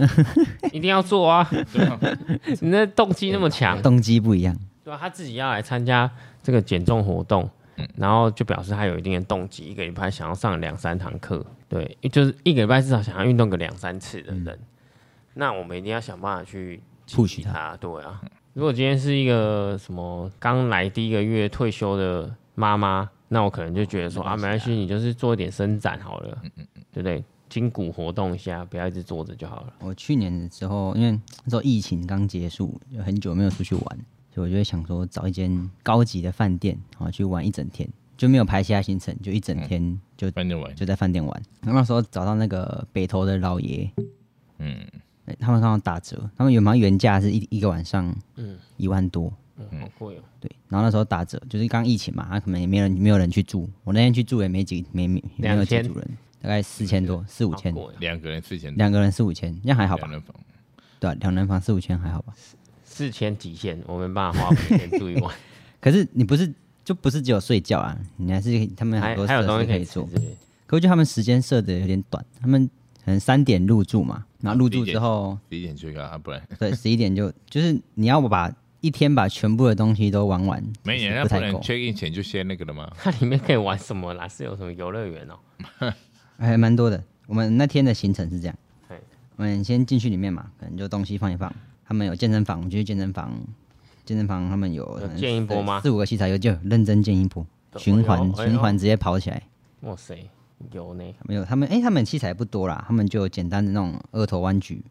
Speaker 4: 一定要做啊！你那动机那么强，
Speaker 2: 动机不一样，
Speaker 4: 对啊，他自己要来参加这个减重活动，然后就表示他有一定的动机，一个礼拜想要上两三堂课，对，就是一个礼拜至少想要运动个两三次的人，那我们一定要想办法去
Speaker 2: Push
Speaker 4: 激励他，对啊。如果今天是一个什么刚来第一个月退休的妈妈，那我可能就觉得说啊，没嗯关系，你就是做一点伸展好了，对不对？筋骨活动一下，不要一直坐着就好了。
Speaker 2: 我去年的时候，因为那时候疫情刚结束，就很久没有出去玩，所以我就会想说找一间高级的饭店，然后去玩一整天，就没有排其他行程，就一整天就、
Speaker 1: 反正玩，
Speaker 2: 就在饭店玩。然后那时候找到那个北投的老爷，
Speaker 1: 嗯，
Speaker 2: 诶他们刚好打折，他们原本原价是一一个晚上，嗯，一万多，
Speaker 4: 嗯，好贵哦。
Speaker 2: 对。然后那时候打啊折，就是刚疫情嘛，他可能也没人没有人去住，我那天去住也没几没没没有
Speaker 4: 两
Speaker 2: 几
Speaker 4: 千
Speaker 2: 组人，大概四千多，四五千，
Speaker 4: 好贵哦
Speaker 1: 两个人四千多，
Speaker 2: 两个人四五千，那还好吧
Speaker 1: 两？人房，
Speaker 2: 对、啊，两人房四五千还好吧？
Speaker 4: 四千极限，我没办法花五 千住一晚，
Speaker 2: 可是你不是就不是只有睡觉啊？你还是他们很
Speaker 4: 还
Speaker 2: 多
Speaker 4: 还有
Speaker 2: 设
Speaker 4: 东
Speaker 2: 施
Speaker 4: 西
Speaker 2: 可
Speaker 4: 可以
Speaker 2: 以
Speaker 4: 吃
Speaker 2: 做。。可我觉得他们时间设的有点短，他们可能三点入住嘛，然后入住之后，
Speaker 1: 第一点去干，啊不然
Speaker 2: 对，十一点就就是你要把一天把全部的东西都玩完，
Speaker 1: 没
Speaker 2: 其
Speaker 1: 人
Speaker 2: 实
Speaker 1: 家
Speaker 2: 不
Speaker 1: 不
Speaker 2: 太
Speaker 1: 能
Speaker 2: 够，
Speaker 1: check in 前就先那个了吗？
Speaker 4: 它里面可以玩什么啦？是有什么游乐园哦？
Speaker 2: 还蛮多的。我们那天的行程是这样
Speaker 4: 嘿，
Speaker 2: 我们先进去里面嘛，可能就东西放一放。他们有健身房，我们就去健身房。健身房他们有可能
Speaker 4: 健一波吗
Speaker 2: 四五个器材，有就有认真健一波，循
Speaker 4: 哎
Speaker 2: 环
Speaker 4: 呦哎呦
Speaker 2: 循环直接跑起来。
Speaker 4: 哇塞，有呢，
Speaker 2: 没有，他们哎、他们器材不多啦，他们就简单的那种二头弯举，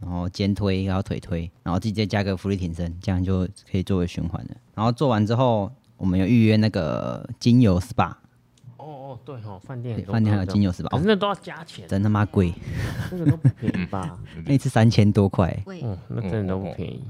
Speaker 2: 然后肩推，然后腿推，然后自己再加个浮力挺身，这样就可以作为循环了。然后做完之后，我们有预约那个精油 SPA，
Speaker 4: 哦哦对哦，饭店
Speaker 2: 对
Speaker 4: 很多
Speaker 2: 饭店还有
Speaker 4: 都这样
Speaker 2: 精油 SPA，
Speaker 4: 可是
Speaker 2: 哦
Speaker 4: 那都要加钱，
Speaker 2: 真他妈贵，啊
Speaker 4: 那个都不便宜 吧？
Speaker 2: 那一次三千多块、
Speaker 6: 喂，
Speaker 4: 嗯，那真的都不便宜。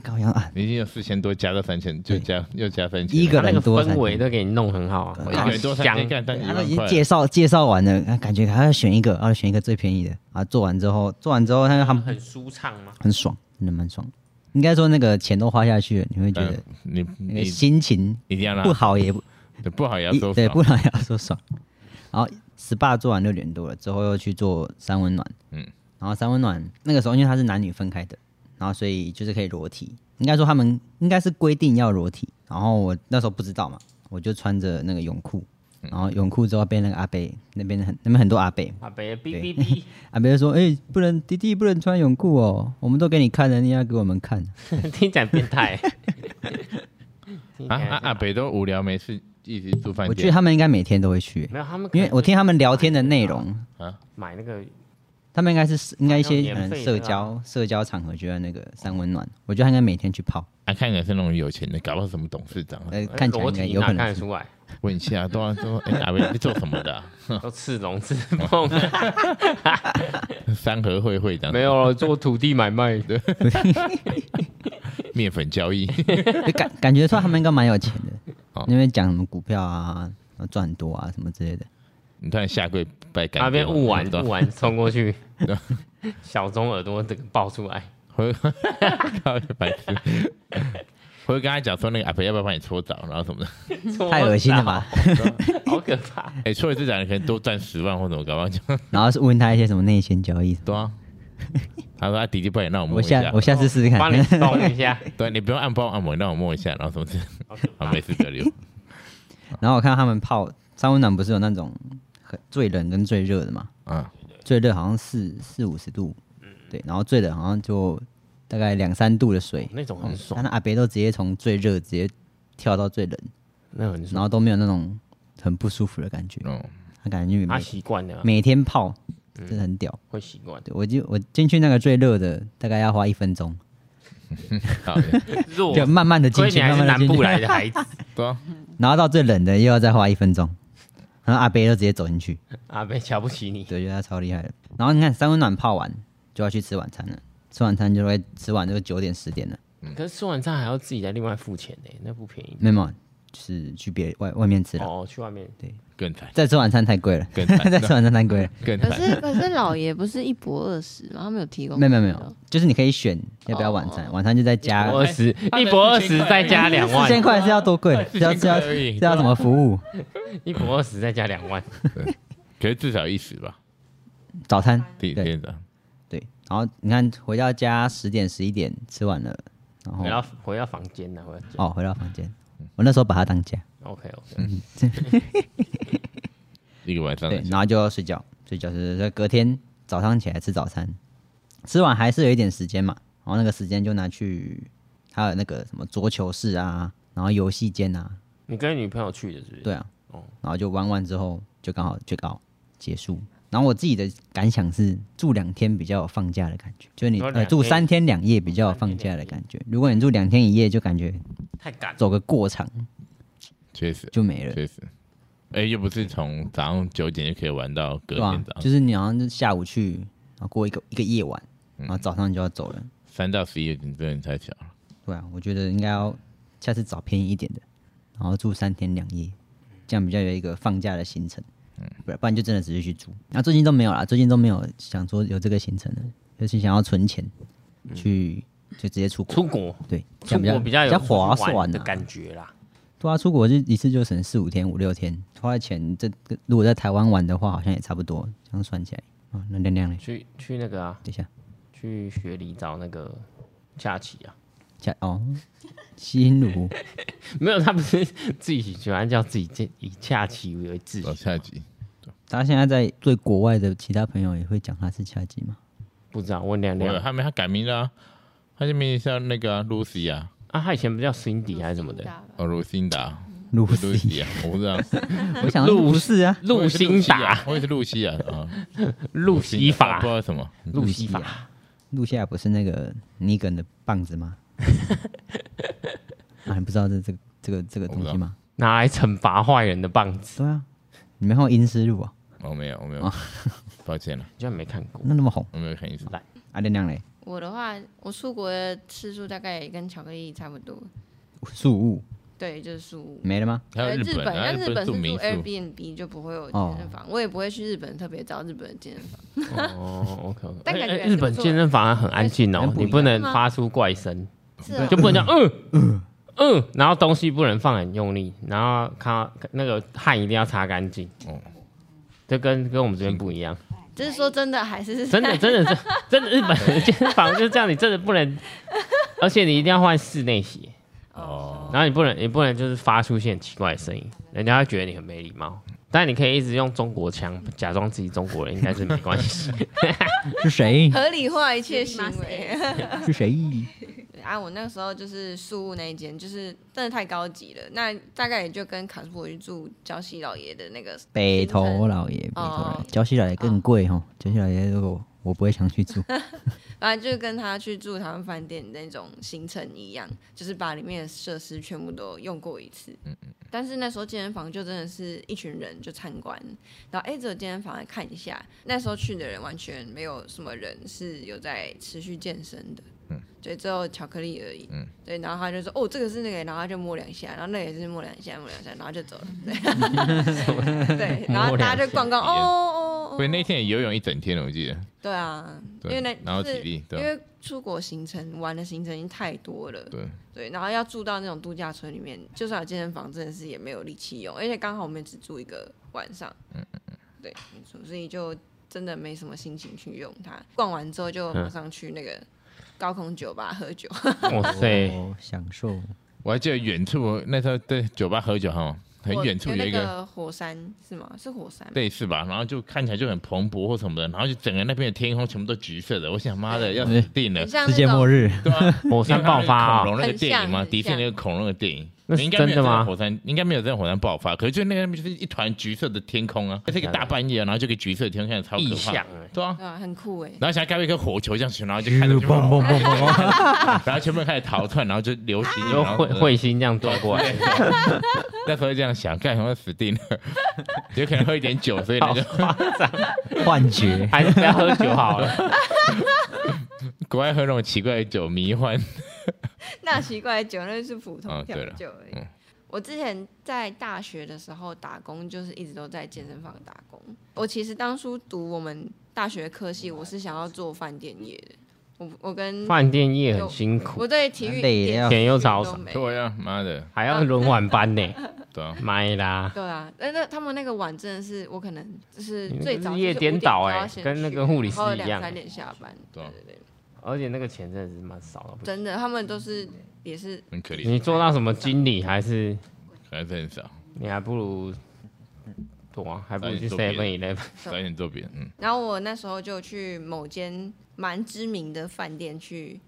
Speaker 2: 高阳啊，
Speaker 1: 你已经有四千多，加到三千，就加又加三千，
Speaker 2: 一
Speaker 4: 它
Speaker 2: 个
Speaker 4: 那个
Speaker 2: 人多
Speaker 4: 氛
Speaker 2: 三
Speaker 4: 围
Speaker 2: 千。
Speaker 4: 都给你弄很好啊，
Speaker 1: 一个人多三千，干单一
Speaker 2: 他都
Speaker 1: 万
Speaker 2: 已经
Speaker 1: 块，
Speaker 2: 介绍介绍完了，啊感觉还要选一个，要选一个最便宜的啊。做完之后，做完之后，他他们
Speaker 4: 很舒畅吗？
Speaker 2: 很爽，真的蛮爽。应该说那个钱都花下去了，你会觉得
Speaker 1: 嗯你
Speaker 2: 那个
Speaker 1: 你
Speaker 2: 心情
Speaker 1: 一定要让
Speaker 2: 不好也不
Speaker 1: 对不好也要
Speaker 2: 一
Speaker 1: 收
Speaker 2: 对，
Speaker 1: 房
Speaker 2: 不然要说爽。然后 SPA 做完六点多了之后，又去做三温暖，
Speaker 1: 嗯
Speaker 2: 嗯，然后三温暖那个时候因为它是男女分开的，然后所以就是可以裸体，应该说他们应该是规定要裸体，然后我那时候不知道嘛，我就穿着那个泳裤。
Speaker 1: 嗯
Speaker 2: 然后泳裤之后被那个阿贝那边很那边很多阿贝
Speaker 4: 阿北哔哔哔，
Speaker 2: 阿贝就说：“哎、不能弟弟不能穿泳裤哦，我们都给你看了，你也要给我们看。
Speaker 4: 听起来很变态。听起
Speaker 1: 啊
Speaker 4: 来
Speaker 1: 啊啊！北都无聊没事，一直住”饭
Speaker 2: 哎我觉得
Speaker 1: 店，
Speaker 2: 他们应该每天都会去，欸
Speaker 4: 没有他们可
Speaker 2: 因
Speaker 4: 能
Speaker 2: 为我听他们聊天的内容，
Speaker 4: 买那个
Speaker 2: 他们应该是应该一些
Speaker 4: 免
Speaker 2: 可
Speaker 4: 费
Speaker 2: 能
Speaker 4: 的啊
Speaker 2: 社
Speaker 4: 啦
Speaker 2: 交社交场合就在那个三温暖，我觉得他应该每天去
Speaker 4: 哦
Speaker 2: 泡，
Speaker 1: 啊，看起来是那种有钱的，搞不好什么董事长啊。
Speaker 2: 呃，看起来
Speaker 4: 裸
Speaker 2: 应该
Speaker 4: 体
Speaker 2: 有
Speaker 4: 哎哪
Speaker 2: 可
Speaker 4: 看得
Speaker 2: 能是。
Speaker 4: 出来？
Speaker 1: 问一下，都要说，哎，阿伟你做什么的啊？
Speaker 4: 都赤 龙赤 凤，
Speaker 1: 三合会会长
Speaker 4: 没有了做土地买卖的，
Speaker 1: 面粉 交易，
Speaker 2: 就感感觉出来他们应该蛮有钱的
Speaker 1: 哦，
Speaker 2: 因为讲什么股票啊，然后赚很多啊什么之类的。
Speaker 1: 你突然下跪拜干爹，
Speaker 4: 那边雾
Speaker 1: 我
Speaker 4: 完
Speaker 1: 不知道
Speaker 4: 雾完冲过去，小钟耳朵整个爆出来，
Speaker 1: 回 靠白痴，回跟他讲说那个阿肥要不要帮你搓澡，然后什么的。
Speaker 2: 太恶心了吧？
Speaker 4: 哦好可怕！
Speaker 1: 哎、搓一次澡你可能多赚十万或什么，搞不好就
Speaker 2: 然后是问他一些什么内线交易，
Speaker 1: 对 啊。他说：“啊，弟弟，不然让我摸
Speaker 2: 我
Speaker 1: 一下。
Speaker 2: 下我下次试试看
Speaker 4: 帮。你松一下，
Speaker 1: 对，你不用按帮我按摩，让我摸一下，然后什么事？啊，没事的， 留。
Speaker 2: 然后我看他们泡三温暖不是有那种很最冷跟最热的嘛？
Speaker 1: 啊，
Speaker 2: 最热好像四四五十度，对，然后最冷好像就大概两三度的水，
Speaker 4: 那种很爽
Speaker 2: 但，那阿北都直接从最热直接跳到最冷，
Speaker 4: 那很爽。
Speaker 2: 然后都没有那种很不舒服的感觉，
Speaker 1: 嗯，
Speaker 2: 他感觉就
Speaker 4: 他
Speaker 2: 每
Speaker 4: 习惯了，
Speaker 2: 每天泡，真的很屌。
Speaker 4: 会习惯。
Speaker 2: 对我就我进去那个最热的，大概要花一分钟，
Speaker 1: 好，
Speaker 4: 弱
Speaker 2: 就慢慢的
Speaker 4: 所
Speaker 2: 进
Speaker 4: 以你
Speaker 2: 去，慢慢
Speaker 4: 还是
Speaker 2: 的
Speaker 4: 南
Speaker 2: 进
Speaker 4: 部
Speaker 2: 去，
Speaker 4: 来的孩子，
Speaker 1: 对啊，
Speaker 2: 然后到最冷的又要再花一分钟，然后阿北就直接走进去，
Speaker 4: 阿北啊瞧不起你。
Speaker 2: 对，我觉得他超厉害的。然后你看三温暖泡完就要去吃晚餐了，吃晚餐就会吃完就九点十点了，
Speaker 4: 可是吃晚餐还要自己再另外付钱呢，那不便宜。
Speaker 2: 没有没有，就是去别外外面吃了，
Speaker 4: 哦，去外面
Speaker 1: 更惨，
Speaker 2: 再吃晚餐太贵了，
Speaker 1: 更惨
Speaker 2: 再吃晚餐太贵了。
Speaker 1: 更
Speaker 5: 可
Speaker 1: 惨。
Speaker 5: 是可是老爷不是一博二十吗？他没有提供
Speaker 2: 没有没有哦没有，哦就是你可以选要不要晚餐，晚餐就再加
Speaker 4: 博二十， 一博二十再加两
Speaker 2: 哎四千
Speaker 4: 万，
Speaker 2: 块是要多贵？是要是要
Speaker 1: 而已
Speaker 2: 是要什么服务？
Speaker 4: 一博二十再加两万，
Speaker 1: 可是至少一时吧，
Speaker 2: 早餐
Speaker 1: 第一
Speaker 2: 对
Speaker 1: 天的。
Speaker 2: 对，然后你看回到家十点十一点吃完了，然后
Speaker 4: 回到回到房间了，回到家。
Speaker 2: 哦嗯回到房间，我那时候把它当家，
Speaker 4: OK OK，
Speaker 1: 一个晚上的
Speaker 2: 对，然后就要睡觉，睡觉睡睡睡，隔天早上起来吃早餐，吃完还是有一点时间嘛，然后那个时间就拿去还有那个什么桌球室啊，然后游戏间啊，
Speaker 4: 你跟女朋友去的是不是？
Speaker 2: 对啊，然后就玩完之后就刚好就刚好结束。然后我自己的感想是，住两天比较有放假的感觉，就是你
Speaker 4: 说
Speaker 2: 呃
Speaker 4: 两
Speaker 2: 住
Speaker 4: 天
Speaker 2: 三天两夜比较有放假的感觉。如果你住两天一夜，就感觉
Speaker 4: 太赶了。
Speaker 2: 走个过场
Speaker 1: 确实，
Speaker 2: 就没了。
Speaker 1: 确实。哎、又不是从早上九点就可以玩到隔
Speaker 2: 对吧
Speaker 1: 天早？
Speaker 2: 就
Speaker 1: 上
Speaker 2: 是你好像就下午去，然后过一个一个夜晚，
Speaker 1: 嗯
Speaker 2: 然后早上就要走了。
Speaker 1: 三、到十一点，真的太巧了。
Speaker 2: 对啊，我觉得应该要下次
Speaker 4: 嗯
Speaker 2: 找便宜一点的，然后住三天两夜，这样比较有一个放假的行程。不然不然就真的直接去住。那、最近都没有啦，最近都没有想说有这个行程了，就是想要存钱去就直接出国。
Speaker 4: 嗯出国，
Speaker 2: 对，这样
Speaker 4: 出
Speaker 2: 比较
Speaker 4: 国比较有
Speaker 2: 比较划
Speaker 4: 出去玩
Speaker 2: 算
Speaker 4: 的
Speaker 2: 啊
Speaker 4: 感觉啦。
Speaker 2: 对啊，出国就一次就省四五天、五六天，花的钱这个如果在台湾玩的话，好像也差不多，这样算起来啊、那亮亮嘞，
Speaker 4: 去去那个啊，
Speaker 2: 等一下，
Speaker 4: 去雪梨找那个假期啊，
Speaker 2: 加哦，心如
Speaker 4: 没有，他不是 自己喜欢叫自己假以假期为自
Speaker 1: 哦，
Speaker 4: 己，
Speaker 1: 下一集
Speaker 2: 他现在在对国外的其他朋友也会讲他是恰吉吗？
Speaker 4: 不知道问亮
Speaker 1: 没有，
Speaker 4: 亮
Speaker 1: 他没他改名了、啊，他就名字叫那个、啊、Lucy 啊，
Speaker 4: 啊，他以前不叫 Cindy 还是什么的，
Speaker 1: 哦，Lucinda，
Speaker 2: 露
Speaker 1: 不是
Speaker 2: 西，
Speaker 1: Lucy 啊，我不知道，
Speaker 2: 我想露是啊，
Speaker 1: 我
Speaker 4: 路
Speaker 1: 以为是露
Speaker 4: 辛
Speaker 1: 西啊
Speaker 4: 达、
Speaker 1: 我也是露西啊，啊，
Speaker 4: 路西
Speaker 1: 不知
Speaker 4: 法、
Speaker 1: 道什么，嗯
Speaker 4: 路西
Speaker 2: 路西
Speaker 4: 法，
Speaker 2: 露西亚不是那个尼根的棒子吗？ 啊，你不知道这这个这个这个东西吗？
Speaker 4: 拿来惩罚坏人的棒子，
Speaker 2: 对啊，你没看过《阴尸路》啊？
Speaker 1: 我、哦、没有，我没有，
Speaker 2: 哦
Speaker 1: 抱歉了，
Speaker 4: 居然没看过。
Speaker 2: 那那么红，
Speaker 1: 我没有看医生。
Speaker 2: 啊，亮亮嘞，
Speaker 5: 我的话，我出国的次数大概也跟巧克力差不多，
Speaker 2: 树屋
Speaker 5: 对，就是数五。
Speaker 2: 没了吗？
Speaker 1: 还有
Speaker 5: 呃
Speaker 1: 日
Speaker 5: 本，
Speaker 1: 本，啊还有
Speaker 5: 但日
Speaker 1: 日本
Speaker 5: 本是
Speaker 1: 住
Speaker 5: 住
Speaker 1: 民宿，
Speaker 5: Airbnb 就不会有
Speaker 2: 哦
Speaker 5: 健身房，我也不会去日本特别找日本的健身房。
Speaker 4: 哦，OK OK，
Speaker 5: 但感觉还是
Speaker 4: 日本
Speaker 5: 不错
Speaker 4: 健身房很安静
Speaker 2: 还
Speaker 4: 哦
Speaker 2: 是，不一
Speaker 4: 你
Speaker 2: 样
Speaker 4: 不能
Speaker 5: 是吗
Speaker 4: 发出怪声，
Speaker 5: 是啊
Speaker 4: 就，不能讲嗯嗯嗯，然后东西不能放很用力，然后看那个汗一定要擦干净。
Speaker 1: 哦
Speaker 4: 这跟跟我们这边不一样，
Speaker 5: 只是说真的，还是
Speaker 4: 真 的真的真真的日本的健身房就是这样，你真的不能，而且你一定要换室内鞋，
Speaker 1: 哦，
Speaker 4: 然后你不能你不能就是发出一些很奇怪的声音，人家会觉得你很没礼貌。但你可以一直用中国腔假装自己中国人，应该是没关系。
Speaker 2: 是 谁？
Speaker 5: 合理化一切行为。
Speaker 2: 是谁？
Speaker 5: 啊，我那个时候就是宿务那一间，就是真的太高级了。那大概也就跟卡斯伯去住礁溪老爷的那个
Speaker 2: 北头老爷，北头老
Speaker 5: 哦
Speaker 2: 爷，礁溪老爷更贵哈，礁溪老爷如果我不会想去住，
Speaker 5: 反正就是跟他去住台湾饭店那种行程一样，就是把里面的设施全部都用过一次。
Speaker 1: 嗯
Speaker 5: 但是那时候健身房就真的是一群人就参观，然后哎，诶只有健身房来看一下。那时候去的人完全没有什么人是有在持续健身的，嗯，对，只有巧克力而已，
Speaker 1: 嗯
Speaker 5: 嗯，对。然后他就说哦，这个是那个，然后他就摸两下，然后那个也是摸两下，摸两下，然后就走了， 对，对，然后大家就逛逛，哦哦哦
Speaker 1: 所以
Speaker 5: 哦，
Speaker 1: 那天也游泳一整天了，我记得，
Speaker 5: 对啊，因
Speaker 1: 对
Speaker 5: 为那
Speaker 1: 然后
Speaker 5: 就是
Speaker 1: 体力，
Speaker 5: 因
Speaker 1: 对啊
Speaker 5: 为出国行程玩的行程已经太多了，
Speaker 1: 对，
Speaker 5: 对，然后要住到那种度假村里面，就算有健身房，真的是也没有力气用，而且刚好我们只住一个晚上，嗯对，没错所以就真的没什么心情去用它。逛完之后就马上去那个高空酒吧喝酒，
Speaker 4: 哇塞，
Speaker 2: 我享受
Speaker 1: 我还记得远处那时候在酒吧喝酒哈，很
Speaker 5: 我
Speaker 1: 远处有
Speaker 5: 那
Speaker 1: 一个
Speaker 5: 个火山是吗？是火山吗，
Speaker 1: 类似吧，然后就看起来就很蓬勃或什么的，然后就整个那边的天空全部都橘色的，我想妈的要死定了
Speaker 5: 很。像
Speaker 2: 世界
Speaker 5: 那
Speaker 2: 末
Speaker 5: 种
Speaker 2: 日，
Speaker 1: 对啊，
Speaker 4: 火山爆发啊、
Speaker 1: 恐龙那个电影吗？
Speaker 5: 很像
Speaker 1: 迪士尼那个恐龙的电影，
Speaker 4: 那是
Speaker 1: 应该没有
Speaker 4: 真的吗
Speaker 1: 这样火山应该没有这样火山爆发，可是就那个就是一团橘色的天空啊，这个大半夜啊，然后就个橘色的天空，看起来
Speaker 4: 异
Speaker 1: 超可
Speaker 4: 象
Speaker 1: 怕。
Speaker 4: 哎、
Speaker 1: 对啊，
Speaker 5: 对啊，很酷哎、
Speaker 1: 然后想要盖一颗火球这样子，然后就开始蹦蹦蹦蹦，然后全部人开始逃窜，然后就流行，
Speaker 4: 就
Speaker 1: 然后
Speaker 4: 彗彗星这样撞过来，，
Speaker 1: 那时候这样想，干什么死定了，有可能喝一点酒，所以那个
Speaker 2: 幻觉
Speaker 4: 还是不要喝酒好了。
Speaker 1: 国外喝那种奇怪的酒迷幻，
Speaker 5: 那奇怪酒那是普
Speaker 1: 哦
Speaker 5: 通调
Speaker 1: 对了
Speaker 5: 酒而已。
Speaker 1: 嗯
Speaker 5: 我之前在大学的时候打工，就是一直都在健身房打工。我其实当初读我们大学科系，我是想要做饭店业的。我我跟
Speaker 4: 饭店业很辛苦，
Speaker 5: 我对体育
Speaker 2: 累
Speaker 5: 一点
Speaker 2: 要
Speaker 4: 钱又超
Speaker 5: 兴趣
Speaker 4: 少
Speaker 5: 都，没有。
Speaker 1: 对啊呀，妈的，
Speaker 4: 还要轮晚班呢、
Speaker 1: 对啊，
Speaker 4: 买啦！
Speaker 5: 对啊，那那他们那个晚真的是，我可能就是
Speaker 4: 你那个
Speaker 5: 最早
Speaker 4: 日
Speaker 5: 就
Speaker 4: 夜
Speaker 5: 是
Speaker 4: 颠倒欸
Speaker 5: 5点就要先
Speaker 4: 跟那
Speaker 5: 去
Speaker 4: 个护理师
Speaker 5: 然后
Speaker 4: 一样
Speaker 5: 两三点下班，
Speaker 1: 对
Speaker 5: 对
Speaker 1: 啊
Speaker 5: 对对，
Speaker 4: 而且那个钱真的是蛮少的不行。
Speaker 5: 真的，他们都是也是
Speaker 1: 很可怜，
Speaker 4: 你做到什么经理，还是
Speaker 1: 还是很少，
Speaker 4: 你还不如对啊，还不如
Speaker 1: 那
Speaker 4: 去
Speaker 1: 你
Speaker 4: Seven
Speaker 1: 做
Speaker 4: Eleven。
Speaker 1: 早一点做别人，嗯，
Speaker 5: 然后我那时候就去某间蛮知名的饭店去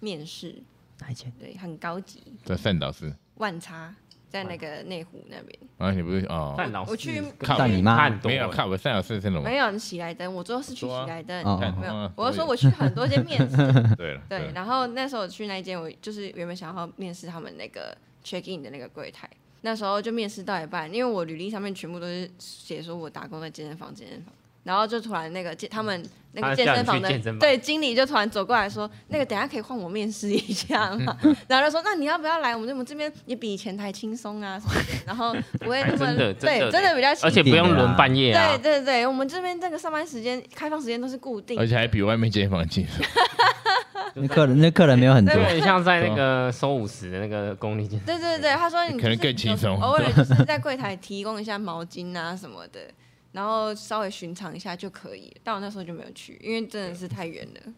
Speaker 5: 面试，
Speaker 2: 还钱
Speaker 5: 对，很高级，
Speaker 1: 在善导师，万
Speaker 5: 万差在那个内湖那边。
Speaker 1: 啊，你不是哦，
Speaker 4: 但老师
Speaker 5: 我去
Speaker 4: 跟
Speaker 2: 但你妈
Speaker 4: 看多
Speaker 1: 没有
Speaker 4: 了
Speaker 1: 看我善导师是什么？
Speaker 5: 没有喜来登，我最后是去
Speaker 1: 对啊
Speaker 5: 喜来登，
Speaker 2: 哦
Speaker 1: 看
Speaker 5: 没有
Speaker 1: 啊，
Speaker 5: 我是说我去很多间面试，
Speaker 1: 对了，
Speaker 5: 对，然后那时候我去那一间，我就是原本想要面试他们那个 check in 的那个柜台，那时候就面试到一半，因为我履历上面全部都是写说我打工在健身房，健身房，然后就突然那个健他们那
Speaker 4: 嗯他
Speaker 5: 个健
Speaker 4: 叫
Speaker 5: 身
Speaker 4: 你
Speaker 5: 房
Speaker 4: 去
Speaker 5: 的
Speaker 4: 健身房
Speaker 5: 对经理就突然走过来说，那个等一下可以换我面试一下嘛， 然后就说那你要不要来我们这我们这边也比以前还轻松啊什么的，然后不会那么
Speaker 4: 真的真
Speaker 5: 对
Speaker 4: 的
Speaker 5: 真的比较轻
Speaker 4: 而且不用轮半夜啊
Speaker 5: 对，对对，我们这边这个上班时间、开放时间都是固定的
Speaker 1: 而，且还比外面健身房 近。
Speaker 2: 那客人那客人没有很多
Speaker 4: 就，很像在那个收五十的那个公立健身
Speaker 5: 对对对，他说你
Speaker 1: 可能
Speaker 5: 就是
Speaker 1: 更轻
Speaker 5: 有
Speaker 1: 松
Speaker 5: 偶 尔就是在柜台提供一下毛巾啊什么的，然后稍微寻常一下就可以了。但我那时候就没有去，因为真的是太远了，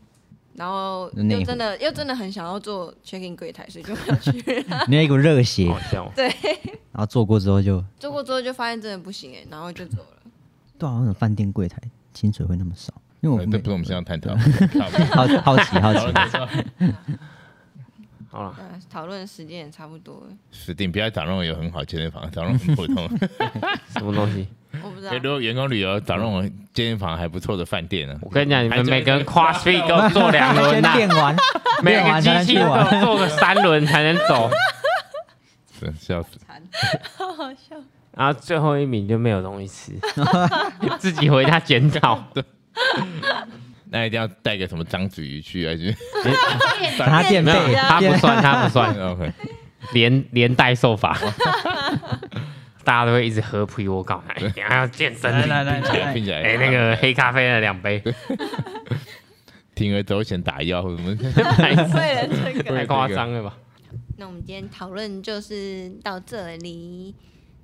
Speaker 5: 然后
Speaker 2: 内湖
Speaker 5: 又真的又真的很想要做 check in 柜台，所以就没有去。
Speaker 2: 你有一股热血，
Speaker 4: 好笑。
Speaker 2: 然后做过之后就，
Speaker 5: 做过之后就发现真的不行哎、然后就走了。
Speaker 2: 对啊，为什么饭店柜台薪水会那么少？因为
Speaker 4: 哎
Speaker 2: 我
Speaker 1: 呃这
Speaker 2: 没
Speaker 1: 不是我们现在要探讨。
Speaker 2: 好好奇 好奇，
Speaker 4: 好了，
Speaker 5: 对啊讨论时间也差不多了，
Speaker 1: 死定！不要找那种有很好健身房，找那种很普 通。
Speaker 5: 啊
Speaker 4: 什么东西？
Speaker 5: 我不知道
Speaker 1: 哎，如果员工旅游找那种健身房还不错的饭店呢？
Speaker 4: 我跟你讲，你
Speaker 1: 还
Speaker 4: 们
Speaker 1: 真
Speaker 4: 每个人
Speaker 1: 是
Speaker 4: CrossFit 都做两轮
Speaker 2: 先
Speaker 4: 呐，
Speaker 2: 练完，
Speaker 4: 每
Speaker 2: 练
Speaker 4: 个
Speaker 2: 完才能
Speaker 4: 机器
Speaker 2: 去
Speaker 4: 都
Speaker 2: 玩。
Speaker 4: 要做个三轮才能走，
Speaker 1: 是笑死！
Speaker 4: 然后最后一名就没有东西吃，自己回家检讨。
Speaker 1: 那一定要带个什么章子怡去啊？ 就是
Speaker 2: 把他垫
Speaker 4: 没
Speaker 2: 背
Speaker 4: 有，，他不
Speaker 2: 垫
Speaker 4: 算，他不算，
Speaker 1: OK，
Speaker 4: 连连带受罚。 大家都会一直喝 pre workout，哎，等一下要健身，
Speaker 2: 来来来
Speaker 4: 哎，
Speaker 2: 来来，
Speaker 1: 并且
Speaker 4: 那个黑咖啡的两杯，
Speaker 1: 铤而走险打药或什么，
Speaker 5: 为了这个。
Speaker 4: 太夸张了吧？
Speaker 5: 那我们今天讨论就是到这里。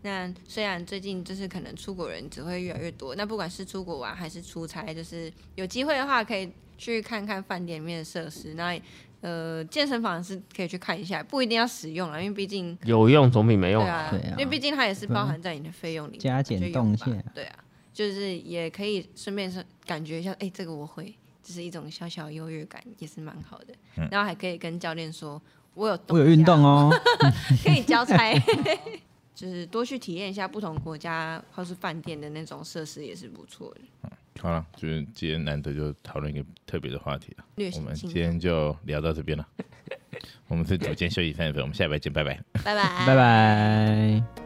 Speaker 5: 那虽然最近就是可能出国人只会越来越多，那不管是出国玩还是出差，就是有机会的话可以去看看饭店里面的设施。那呃，健身房是可以去看一下，不一定要使用了，因为毕竟
Speaker 4: 有用总比没
Speaker 5: 对
Speaker 4: 用好。
Speaker 5: 啊，
Speaker 2: 对啊
Speaker 5: 因为毕竟它也是包含在你的费用里面，
Speaker 2: 加减
Speaker 5: 就用
Speaker 2: 动
Speaker 5: 吧
Speaker 2: 线啊
Speaker 5: 对啊，就是也可以顺便是感觉一下，哎、这个我会，这是一种小小优越感，也是蛮好的。然后还可以跟教练说，我有
Speaker 2: 我有运
Speaker 5: 动一下
Speaker 2: 动哦，
Speaker 5: 可以交差， 就是多去体验一下不同国家或是饭店的那种设施也是不错的。
Speaker 1: 好了，就是今天难得就讨论一个特别的话题了。
Speaker 5: 略
Speaker 1: 我
Speaker 5: 显
Speaker 1: 们
Speaker 5: 轻
Speaker 1: 今
Speaker 5: 松，
Speaker 1: 天就聊到这边了。我们是组间休息三十分，我们下礼拜见，拜拜。
Speaker 5: 拜拜，
Speaker 2: 拜。拜。